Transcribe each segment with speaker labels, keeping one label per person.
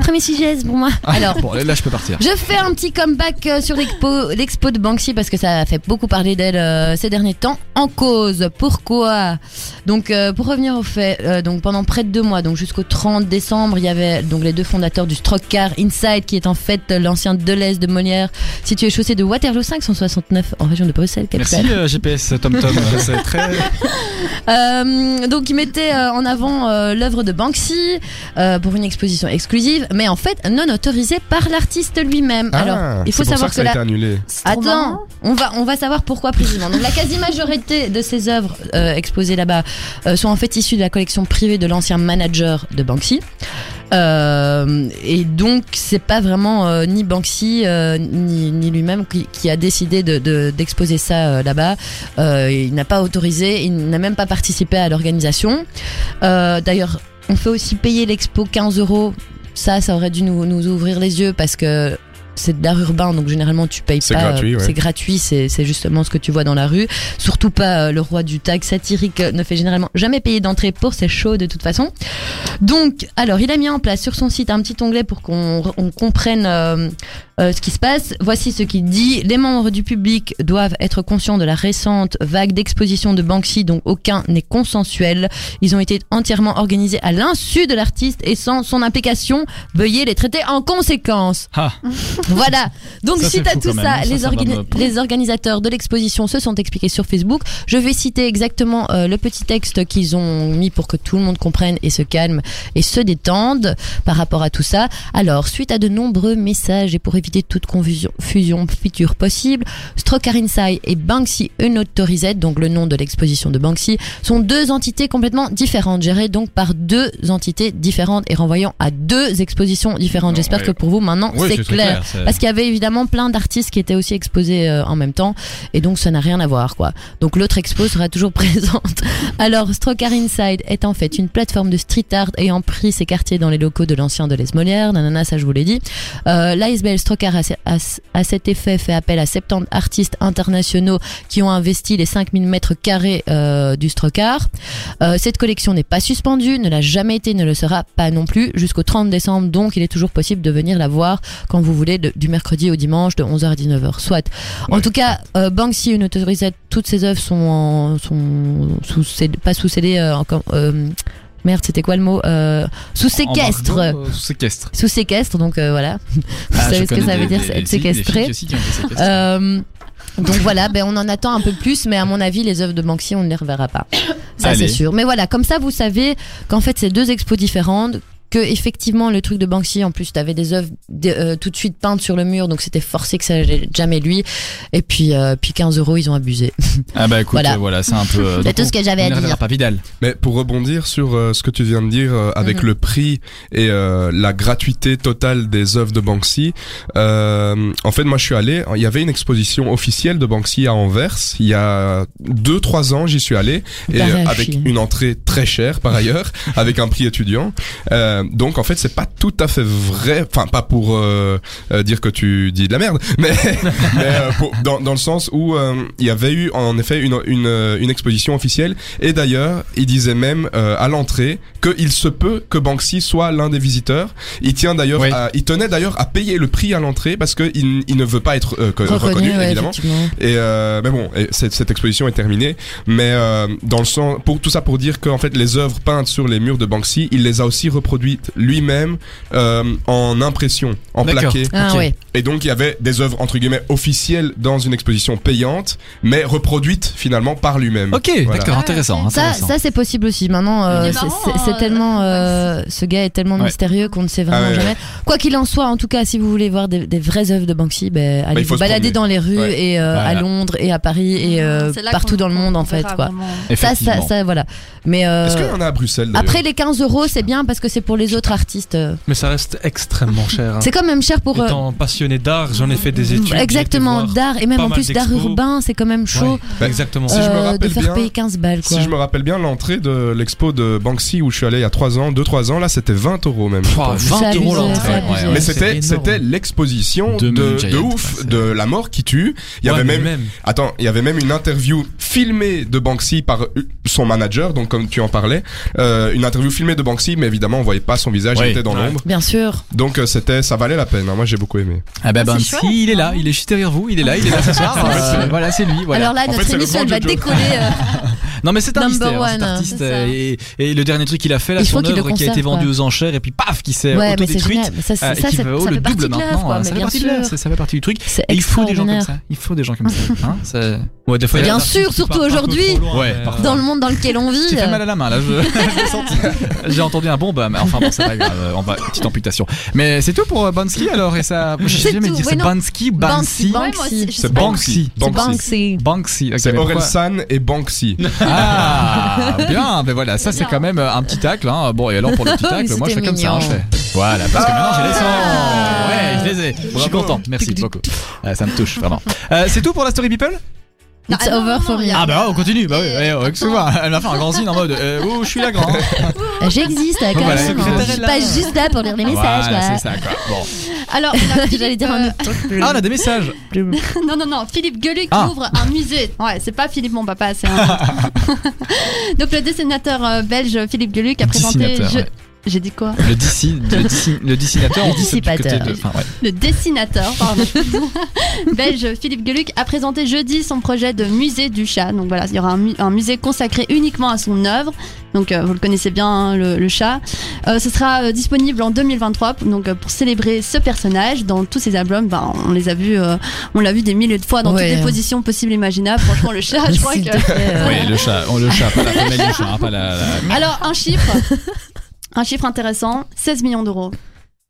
Speaker 1: Premier sujet c'est pour moi.
Speaker 2: Ah,
Speaker 1: Alors,
Speaker 2: Bon, là, je peux partir.
Speaker 1: je fais un petit comeback euh, sur l'expo, l'expo de Banksy parce que ça a fait beaucoup parler d'elle euh, ces derniers temps. En cause, pourquoi Donc, euh, pour revenir au fait, euh, donc pendant près de deux mois, donc jusqu'au 30 décembre, il y avait donc les deux fondateurs du Strocar Inside, qui est en fait euh, l'ancien Deleuze de Molière, situé chaussée de Waterloo 569 en région de Bruxelles, capitale.
Speaker 2: Merci euh, GPS Tom Tom, c'est très.
Speaker 1: Euh, donc il mettait euh, en avant euh, l'œuvre de Banksy euh, pour une exposition exclusive, mais en fait non autorisée par l'artiste lui-même.
Speaker 2: Ah.
Speaker 1: Alors il faut
Speaker 3: Ah, c'est pour
Speaker 1: savoir
Speaker 3: ça que ça a
Speaker 1: la-
Speaker 3: été annulé.
Speaker 1: C'est trop Attends, marrant. on va, on va savoir pourquoi précisément. Donc la quasi-majorité de ces œuvres euh, exposées là-bas euh, sont en fait issues de la collection privée de l'ancien manager de Banksy. Euh, et donc c'est pas vraiment euh, ni Banksy euh, ni, ni lui-même qui, qui a décidé de- de- d'exposer ça euh, là-bas. Euh, il n'a pas autorisé, il n'a même pas participé à l'organisation. Euh, D'ailleurs, on fait aussi payer l'expo 15 euros. Ça, ça aurait dû nous, nous ouvrir les yeux parce que c'est d'art urbain, donc généralement tu payes
Speaker 3: C'est
Speaker 1: pas. euh,
Speaker 3: gratuit, ouais.
Speaker 1: C'est gratuit, c'est c'est justement ce que tu vois dans la rue. Surtout pas euh, le roi du tag satirique euh, ne fait généralement jamais payer d'entrée pour ses shows de toute façon. Donc, alors, il a mis en place sur son site un petit onglet pour qu'on on comprenne euh, euh, ce qui se passe. Voici ce qu'il dit. Les membres du public doivent être conscients de la récente vague d'exposition de Banksy dont aucun n'est consensuel. Ils ont été entièrement organisés à l'insu de l'artiste et sans son implication, veuillez les traiter en conséquence.
Speaker 2: Ah.
Speaker 1: Voilà. Donc
Speaker 2: Ça, c'est
Speaker 1: suite à
Speaker 2: fou
Speaker 1: tout
Speaker 2: quand
Speaker 1: ça,
Speaker 2: même, hein. Ça,
Speaker 1: les,
Speaker 2: ça va
Speaker 1: organi-
Speaker 2: me-
Speaker 1: les organisateurs de l'exposition se sont expliqués sur Facebook. Je vais citer exactement euh, le petit texte qu'ils ont mis pour que tout le monde comprenne et se calme et se détende par rapport à tout ça. Alors, suite à de nombreux messages et pour éviter toute confusion fusion future possible, Strokarinsai et Banksy Unauthorized, donc le nom de l'exposition de Banksy, sont deux entités complètement différentes, gérées donc par deux entités différentes et renvoyant à deux expositions différentes.
Speaker 2: Non,
Speaker 1: J'espère
Speaker 2: ouais.
Speaker 1: que pour vous maintenant c'est clair.
Speaker 2: Euh.
Speaker 1: Parce qu'il y avait évidemment plein d'artistes qui étaient aussi exposés euh, en même temps, et donc ça n'a rien à voir, quoi. Donc l'autre expo sera toujours présente. Alors, Strocar Inside est en fait une plateforme de street art ayant pris ses quartiers dans les locaux de l'ancien de Les Molière, nanana, ça je vous l'ai dit. Euh, L'ASBL Strocar a, a- à cet effet fait appel à 70 artistes internationaux qui ont investi les 5000 mètres carrés euh, du Strocar. Euh, cette collection n'est pas suspendue, ne l'a jamais été, ne le sera pas non plus jusqu'au 30 décembre, donc il est toujours possible de venir la voir quand vous voulez, de- du mercredi au dimanche de 11h à 19h. Soit. En
Speaker 2: Ouais.
Speaker 1: tout cas, euh, Banksy, une autorisée, toutes ses œuvres sont, en, sont sous scellé- pas sous scellé, euh, encore, euh, merde, c'était quoi le mot Euh, Sous séquestre.
Speaker 2: Sous séquestre.
Speaker 1: Sous séquestre, donc euh, voilà. Vous
Speaker 2: Ah, je
Speaker 1: savez ce que
Speaker 2: connais
Speaker 1: ça
Speaker 2: des-
Speaker 1: veut dire,
Speaker 2: des-
Speaker 1: c'est
Speaker 2: des
Speaker 1: être
Speaker 2: filles- des filles
Speaker 1: séquestré.
Speaker 2: aussi qui ont été séquestrées.
Speaker 1: Euh, donc voilà, ben on en attend un peu plus, mais à mon avis, les œuvres de Banksy, on ne les reverra pas. Ça,
Speaker 2: Allez.
Speaker 1: c'est sûr. Mais voilà, comme ça, vous savez qu'en fait, c'est deux expos différentes. Que effectivement le truc de Banksy en plus t'avais des œuvres de- euh, tout de suite peintes sur le mur donc c'était forcé que ça allait jamais lui et puis euh, puis 15 euros ils ont abusé
Speaker 2: Ah bah écoute,
Speaker 1: Voilà.
Speaker 2: euh, voilà, c'est un peu. euh,
Speaker 1: c'est
Speaker 2: donc
Speaker 1: tout ce
Speaker 2: on-
Speaker 1: que j'avais
Speaker 2: on
Speaker 1: à
Speaker 2: ne reviendra
Speaker 1: dire
Speaker 2: Pas Vidal.
Speaker 3: Mais pour rebondir sur euh, ce que tu viens de dire euh, avec
Speaker 1: Mhm.
Speaker 3: le prix et euh, la gratuité totale des œuvres de Banksy, euh, en fait, moi, je suis allé. Il y avait une exposition officielle de Banksy à Anvers. Il y a deux, trois ans, j'y suis allé et
Speaker 1: Pareil,
Speaker 3: euh,
Speaker 1: à
Speaker 3: avec
Speaker 1: chier.
Speaker 3: une entrée très chère par ailleurs, avec un prix étudiant. Euh, donc, en fait, c'est pas tout à fait vrai. Enfin, pas pour euh, euh, dire que tu dis de la merde, mais, mais, euh, pour- dans, dans le sens où euh, il y avait eu en effet une, une, euh, une exposition officielle. Et d'ailleurs, il disait même euh, à l'entrée qu'il se peut que Banksy soit l'un des visiteurs. Il tient d'ailleurs,
Speaker 2: Oui.
Speaker 3: à- il tenait d'ailleurs à payer le prix à l'entrée parce que il, il ne veut pas être euh, co- reconnu,
Speaker 1: ouais,
Speaker 3: évidemment.
Speaker 1: effectivement.
Speaker 3: Et euh, mais bon, et cette, cette exposition est terminée. Mais euh, dans le sens, pour tout ça pour dire qu'en fait, les œuvres peintes sur les murs de Banksy, il les a aussi reproduites lui-même euh, en impression, en
Speaker 2: D'accord.
Speaker 3: plaqué.
Speaker 1: ah
Speaker 2: Ok.
Speaker 1: ouais
Speaker 3: Et donc, il y avait des œuvres entre guillemets officielles dans une exposition payante, mais reproduites finalement par lui-même.
Speaker 2: Ok,
Speaker 3: Voilà.
Speaker 2: d'accord, intéressant.
Speaker 1: ça
Speaker 2: intéressant.
Speaker 1: ça c'est possible aussi maintenant euh,
Speaker 4: Il est
Speaker 1: c'est-
Speaker 4: marrant,
Speaker 1: c'est- c'est
Speaker 4: euh,
Speaker 1: tellement euh, ce gars est tellement
Speaker 2: Ouais.
Speaker 1: mystérieux qu'on ne sait vraiment
Speaker 3: Ah ouais,
Speaker 1: jamais
Speaker 3: ouais.
Speaker 1: Quoi qu'il en soit, en tout cas, si vous voulez voir des, des vraies œuvres de Banksy, ben, allez
Speaker 3: il
Speaker 1: vous
Speaker 3: faut se
Speaker 1: balader
Speaker 3: promener.
Speaker 1: dans les rues
Speaker 3: Ouais.
Speaker 1: et euh,
Speaker 2: Voilà.
Speaker 1: à Londres et à Paris et euh,
Speaker 4: C'est là
Speaker 1: partout
Speaker 4: qu'on-
Speaker 1: dans le monde
Speaker 4: qu'on
Speaker 1: en fait.
Speaker 4: verra
Speaker 1: Quoi.
Speaker 4: vraiment.
Speaker 1: Ça, ça,
Speaker 2: Effectivement.
Speaker 1: ça, voilà. Mais euh,
Speaker 3: Est-ce qu'il y en a à Bruxelles d'ailleurs
Speaker 1: après les 15 euros, c'est bien parce que c'est pour les autres artistes. euh.
Speaker 5: Mais ça reste extrêmement cher. hein.
Speaker 1: C'est quand même cher pour. euh, Mm,
Speaker 5: Étant passionné d'art, j'en ai fait des études. j'ai été
Speaker 1: exactement
Speaker 5: voir.
Speaker 1: d'art et même
Speaker 5: pas
Speaker 1: en
Speaker 5: mal
Speaker 1: plus d'art
Speaker 5: d'expos.
Speaker 1: urbain, c'est quand même chaud
Speaker 5: Ouais, bah, exactement.
Speaker 3: Si je me
Speaker 1: euh, de
Speaker 3: rappelle
Speaker 1: faire
Speaker 3: bien-
Speaker 1: payer 15 balles. Quoi.
Speaker 3: Si je me rappelle bien, l'entrée de l'expo de Banksy où je suis allé il y a 3 ans, 2-3 ans, là c'était 20 euros même. je
Speaker 2: Pouah,
Speaker 3: pense.
Speaker 2: 20
Speaker 1: abusé,
Speaker 2: euros
Speaker 1: c'est
Speaker 2: l'entrée.
Speaker 1: abusé.
Speaker 2: Ouais, ouais.
Speaker 3: Mais
Speaker 5: c'est
Speaker 3: c'était
Speaker 5: énorme.
Speaker 3: c'était l'exposition
Speaker 2: De
Speaker 3: de,
Speaker 2: Moon
Speaker 3: de
Speaker 2: Giant,
Speaker 3: ouf
Speaker 2: ouais, c'est-
Speaker 3: de la mort qui tue. Il y
Speaker 5: Ouais,
Speaker 3: avait
Speaker 5: mais
Speaker 3: même attends, il y avait même une interview filmée de Banksy par euh, son manager, donc comme tu en parlais, euh, une interview filmée de Banksy, mais évidemment on voyait pas son visage,
Speaker 2: Oui.
Speaker 3: il était dans
Speaker 5: Ouais.
Speaker 3: l'ombre.
Speaker 1: Bien sûr.
Speaker 3: Donc euh, c'était, ça valait la peine. hein. Moi j'ai beaucoup aimé.
Speaker 2: Ah bah
Speaker 4: Ah,
Speaker 2: ben
Speaker 4: c'est
Speaker 2: si,
Speaker 4: chouette,
Speaker 2: il est là, il est juste derrière vous, il est là, il est là ce soir.
Speaker 1: C'est
Speaker 2: euh,
Speaker 1: vrai.
Speaker 2: voilà, c'est lui. Voilà.
Speaker 1: Alors là,
Speaker 3: En fait,
Speaker 1: notre
Speaker 3: c'est le
Speaker 1: émission elle
Speaker 3: grand
Speaker 1: va
Speaker 3: Jojo.
Speaker 1: décoller. euh,
Speaker 2: non mais c'est un
Speaker 1: Number
Speaker 2: mystère, cet
Speaker 1: one,
Speaker 2: artiste.
Speaker 4: c'est ça.
Speaker 2: euh, Et, et le dernier truc qu'il a fait, là,
Speaker 1: Il faut
Speaker 2: son
Speaker 1: qu'il le
Speaker 2: œuvre qui a été
Speaker 1: conserve,
Speaker 2: vendue
Speaker 1: quoi.
Speaker 2: aux enchères et puis paf, qui s'est
Speaker 1: ouais, mais c'est
Speaker 2: autodétruite.
Speaker 1: génial. Mais Ça,
Speaker 2: euh,
Speaker 1: ça,
Speaker 2: et
Speaker 1: ça,
Speaker 2: qui
Speaker 1: c'est-
Speaker 2: veut- oh,
Speaker 1: ça
Speaker 2: le
Speaker 1: fait
Speaker 2: double
Speaker 1: partie de l'œuvre,
Speaker 2: maintenant.
Speaker 1: quoi.
Speaker 2: euh,
Speaker 1: Mais
Speaker 2: Ça fait
Speaker 1: bien
Speaker 2: partie de
Speaker 1: sûr.
Speaker 2: l'œuvre, ça- ça fait partie du truc.
Speaker 1: C'est
Speaker 2: Et il faut des gens comme
Speaker 1: extraordinaire.
Speaker 2: ça. Il faut des gens comme ça. hein, ça- Ouais, des fois, il y a-
Speaker 1: Bien sûr, surtout aujourd'hui,
Speaker 2: Ouais,
Speaker 5: euh,
Speaker 1: dans le monde dans lequel on vit. euh,
Speaker 2: J'ai fait mal à la main là, je, je l'ai senti. J'ai entendu un bon bah, mais enfin bon, c'est pas grave, euh, on va, petite amputation. Mais c'est tout pour euh, Bansky alors et ça. Je sais
Speaker 1: C'est
Speaker 2: jamais
Speaker 1: tout,
Speaker 2: dire,
Speaker 1: ouais,
Speaker 2: c'est
Speaker 1: non.
Speaker 2: Bansky,
Speaker 1: Banksy.
Speaker 2: Banksy,
Speaker 4: Ouais, moi aussi, je sais
Speaker 2: c'est
Speaker 4: pas.
Speaker 2: Banksy.
Speaker 1: C'est
Speaker 3: Banksy.
Speaker 1: Banksy.
Speaker 2: Banksy, ok,
Speaker 3: C'est
Speaker 2: mais pourquoi-
Speaker 3: Orelsan et Banksy.
Speaker 2: Ah, bien, mais voilà, ça c'est quand même euh, un petit tacle. Hein. Bon, et alors pour le petit tacle, moi je fais
Speaker 1: C'était
Speaker 2: comme ça. hein, je
Speaker 1: mignon.
Speaker 2: fais. Voilà, parce que maintenant j'ai les sons. Ouais, je les ai. Je suis
Speaker 3: Bravo.
Speaker 2: content, merci beaucoup. Euh, ça me touche, vraiment. Euh, c'est tout pour la story people
Speaker 4: Non,
Speaker 1: It's
Speaker 4: ah, non,
Speaker 1: over
Speaker 4: non,
Speaker 1: for
Speaker 4: non,
Speaker 1: me.
Speaker 2: Ah, bah on continue. Bah oui, ouais, excuse-moi. Elle m'a fait un grand signe en mode euh, Oh, je suis la grande.
Speaker 1: J'existe quand
Speaker 2: Voilà,
Speaker 1: même.
Speaker 2: secrétaire
Speaker 1: Je
Speaker 2: est
Speaker 1: suis
Speaker 2: là.
Speaker 1: pas juste là pour lire les messages.
Speaker 2: Voilà,
Speaker 1: quoi.
Speaker 2: c'est ça quoi. Bon.
Speaker 4: Alors, on a
Speaker 1: J'allais dire un
Speaker 4: Philippe,
Speaker 1: autre truc.
Speaker 2: Ah, on a des messages.
Speaker 4: euh, Non, non, non, Philippe Gueluc qui
Speaker 2: Ah.
Speaker 4: ouvre un musée. Ouais, c'est pas Philippe, mon papa, c'est un autre. Donc, le dessinateur euh, belge Philippe Gueluc a présenté.
Speaker 2: Dessinateur,
Speaker 4: je-
Speaker 2: ouais.
Speaker 4: J'ai dit quoi
Speaker 2: Le, dissi- le, dissi- le dessinateur.
Speaker 1: Le
Speaker 2: on dit c'est du côté
Speaker 1: dissipateur.
Speaker 2: de- enfin, ouais.
Speaker 4: Le dessinateur, pardon. belge Philippe Gueluc a présenté jeudi son projet de musée du chat. Donc voilà, il y aura un, mu- un musée consacré uniquement à son œuvre. Donc euh, vous le connaissez bien, hein, le, le chat. Euh, ce sera euh, disponible en 2023 pour- donc euh, pour célébrer ce personnage dans tous ses albums. Ben, on les a vus, euh, on l'a vu des milliers de fois dans
Speaker 1: Ouais.
Speaker 4: toutes les positions possibles et imaginables. Franchement, le chat, je crois
Speaker 1: S'il
Speaker 4: que.
Speaker 1: te plaît, euh,
Speaker 2: Oui, le chat, on le chat, pas la femelle du chat, hein, pas la. la-
Speaker 4: Alors un chiffre, un chiffre intéressant, 16 millions d'euros.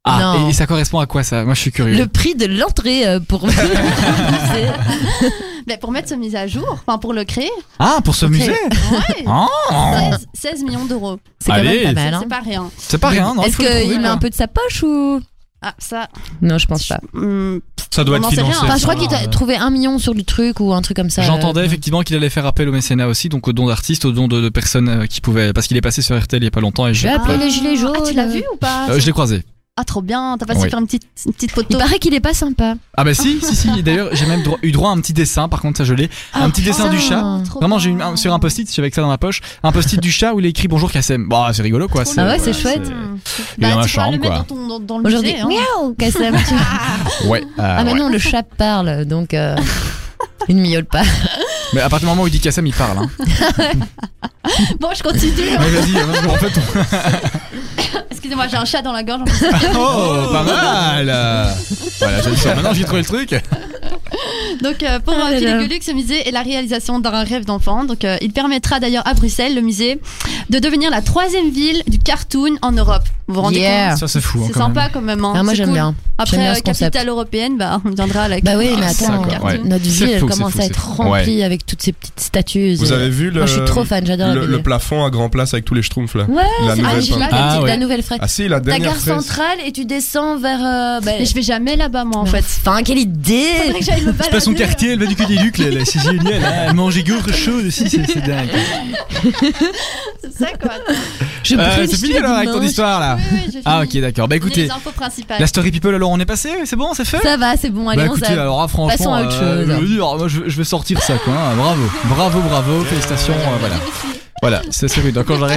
Speaker 2: Ah,
Speaker 1: Non.
Speaker 2: et, et ça correspond à quoi ça Moi, je suis curieux.
Speaker 1: Le prix de l'entrée euh, pour. C'est-
Speaker 4: Mais Ben, pour mettre ce mise à jour, enfin pour le créer,
Speaker 2: Ah, pour ce musée
Speaker 4: ouais,
Speaker 2: Oh.
Speaker 4: 16, 16 millions d'euros.
Speaker 1: C'est quand
Speaker 2: Allez.
Speaker 1: même pas
Speaker 4: C'est-
Speaker 1: mal. hein.
Speaker 4: C'est pas rien.
Speaker 2: C'est pas rien, non
Speaker 1: Est-ce
Speaker 2: faut le trouver,
Speaker 1: qu'il met
Speaker 2: là.
Speaker 1: un peu de sa poche ou
Speaker 4: Ah, ça.
Speaker 1: Non, je pense pas.
Speaker 4: hum,
Speaker 5: Ça doit
Speaker 4: On
Speaker 5: être
Speaker 4: en sait rien.
Speaker 5: financé.
Speaker 1: Enfin, je crois
Speaker 5: ça.
Speaker 1: qu'il t'a trouvé un million sur le truc ou un truc comme ça.
Speaker 2: Euh. J'entendais
Speaker 1: euh,
Speaker 2: effectivement qu'il allait faire appel au mécénat aussi, donc aux dons d'artistes, aux dons de, de personnes euh, qui pouvaient. Parce qu'il est passé sur RTL il y a pas longtemps et
Speaker 1: Je
Speaker 2: je.
Speaker 1: vais appeler
Speaker 4: Ah.
Speaker 1: les gilets jaunes.
Speaker 4: Ah, tu l'as vu ou pas
Speaker 2: Euh, je l'ai croisé.
Speaker 4: Ah, trop bien. T'as passé
Speaker 2: Oui.
Speaker 4: faire une petite, une petite photo.
Speaker 1: Il paraît qu'il est pas sympa.
Speaker 2: Ah bah si, si, si. D'ailleurs, j'ai même dro- eu droit à un petit dessin. Par contre, ça je l'ai. un petit dessin du chat.
Speaker 1: Ah, putain.
Speaker 4: Trop
Speaker 2: Vraiment, j'ai eu
Speaker 4: bien.
Speaker 2: un- sur un post-it, j'avais que ça dans ma poche, un post-it du chat où il est écrit bonjour Kassem. Bah, c'est rigolo quoi.
Speaker 4: Trop
Speaker 1: Ah ouais,
Speaker 4: bien.
Speaker 1: c'est chouette.
Speaker 2: Il est
Speaker 4: Bah,
Speaker 2: dans ma
Speaker 4: tu pourras
Speaker 2: chambre,
Speaker 4: le mettre
Speaker 2: quoi.
Speaker 4: dans, ton- dans- dans le
Speaker 1: Aujourd'hui,
Speaker 4: musée. hein.
Speaker 1: miaou, Kassem. tu-
Speaker 2: Ouais. euh,
Speaker 1: Ah, mais
Speaker 2: ouais.
Speaker 1: non, le chat parle, donc euh, il ne miaule pas.
Speaker 2: Mais à partir du moment où il dit Kassem, il parle. Hein.
Speaker 4: Bon, je continue.
Speaker 2: Ouais, vas-y, vas-y, en fait.
Speaker 4: Excusez-moi, j'ai un chat dans la gorge. en plus.
Speaker 2: Oh, pas mal. voilà, j'ai le seum. Maintenant, j'ai trouvé le truc.
Speaker 4: Donc, euh, pour
Speaker 1: Ah
Speaker 4: euh,
Speaker 1: là
Speaker 4: Philippe
Speaker 1: là.
Speaker 4: Gueluc, ce musée est la réalisation d'un rêve d'enfant. Donc, euh, il permettra d'ailleurs à Bruxelles, le musée, de devenir la troisième ville du cartoon en Europe. Vous vous rendez
Speaker 1: Yeah.
Speaker 4: compte
Speaker 5: Ça, c'est fou. hein,
Speaker 4: C'est
Speaker 5: quand même.
Speaker 4: sympa quand même. hein.
Speaker 1: Ah, moi
Speaker 4: C'est
Speaker 1: j'aime
Speaker 4: cool.
Speaker 1: bien.
Speaker 4: Après,
Speaker 1: bien
Speaker 4: euh,
Speaker 1: ce concept.
Speaker 4: capitale européenne, bah, on viendra avec.
Speaker 1: Bah oui, mais
Speaker 2: Ah, c'est ça,
Speaker 1: attends,
Speaker 2: quoi, ouais.
Speaker 1: notre
Speaker 2: C'est
Speaker 1: ville elle
Speaker 2: fou, c'est
Speaker 1: commence
Speaker 2: fou,
Speaker 1: à
Speaker 2: c'est
Speaker 1: être
Speaker 2: fou.
Speaker 1: remplie avec toutes ces petites statues.
Speaker 3: Vous
Speaker 1: et-
Speaker 3: avez vu le,
Speaker 1: Moi je suis trop fan, j'adore la
Speaker 3: le,
Speaker 1: BD.
Speaker 3: le plafond à grand place avec tous les schtroumpfs là
Speaker 1: Ouais,
Speaker 3: La
Speaker 1: c'est
Speaker 3: nouvelle
Speaker 1: ah, j'ai
Speaker 3: phrase.
Speaker 1: la,
Speaker 2: Ah,
Speaker 1: petite-
Speaker 2: ouais.
Speaker 1: la nouvelle fraise.
Speaker 3: Ah si, la
Speaker 1: Ta
Speaker 3: dernière
Speaker 1: gare
Speaker 3: fraise.
Speaker 1: centrale et tu descends vers. euh, bah,
Speaker 4: Mais je vais jamais là-bas, moi, en fait.
Speaker 1: Enfin, quelle
Speaker 4: Faudrait
Speaker 1: idée
Speaker 4: que j'aille me
Speaker 2: C'est pas son
Speaker 4: balader.
Speaker 2: quartier, elle va du cul des Lucs, là, là, c'est génial. hein. Elle mange des gaufres chaudes aussi, c'est c'est dingue.
Speaker 4: C'est ça, quoi.
Speaker 1: Je
Speaker 2: Euh,
Speaker 1: brûle,
Speaker 2: c'est
Speaker 1: je
Speaker 2: fini
Speaker 1: te
Speaker 2: alors avec ton
Speaker 1: mange.
Speaker 2: histoire là.
Speaker 4: Oui, oui, j'ai fini.
Speaker 2: Ah, ok, d'accord. Bah
Speaker 4: J'ai
Speaker 2: écoutez,
Speaker 4: les infos principales.
Speaker 2: la story people, alors on est passé, c'est bon, c'est fait
Speaker 1: Ça va, c'est bon, allez,
Speaker 2: bah
Speaker 1: on
Speaker 2: écoutez,
Speaker 1: s'arrête.
Speaker 2: alors ah, franchement,
Speaker 1: Passons à autre
Speaker 2: euh,
Speaker 1: chose.
Speaker 2: je veux dire, moi, je, je vais sortir ça, quoi. hein. Bravo, bravo, bravo, félicitations, euh, voilà. Voilà, c'est c'est rude. Quand j'arrête.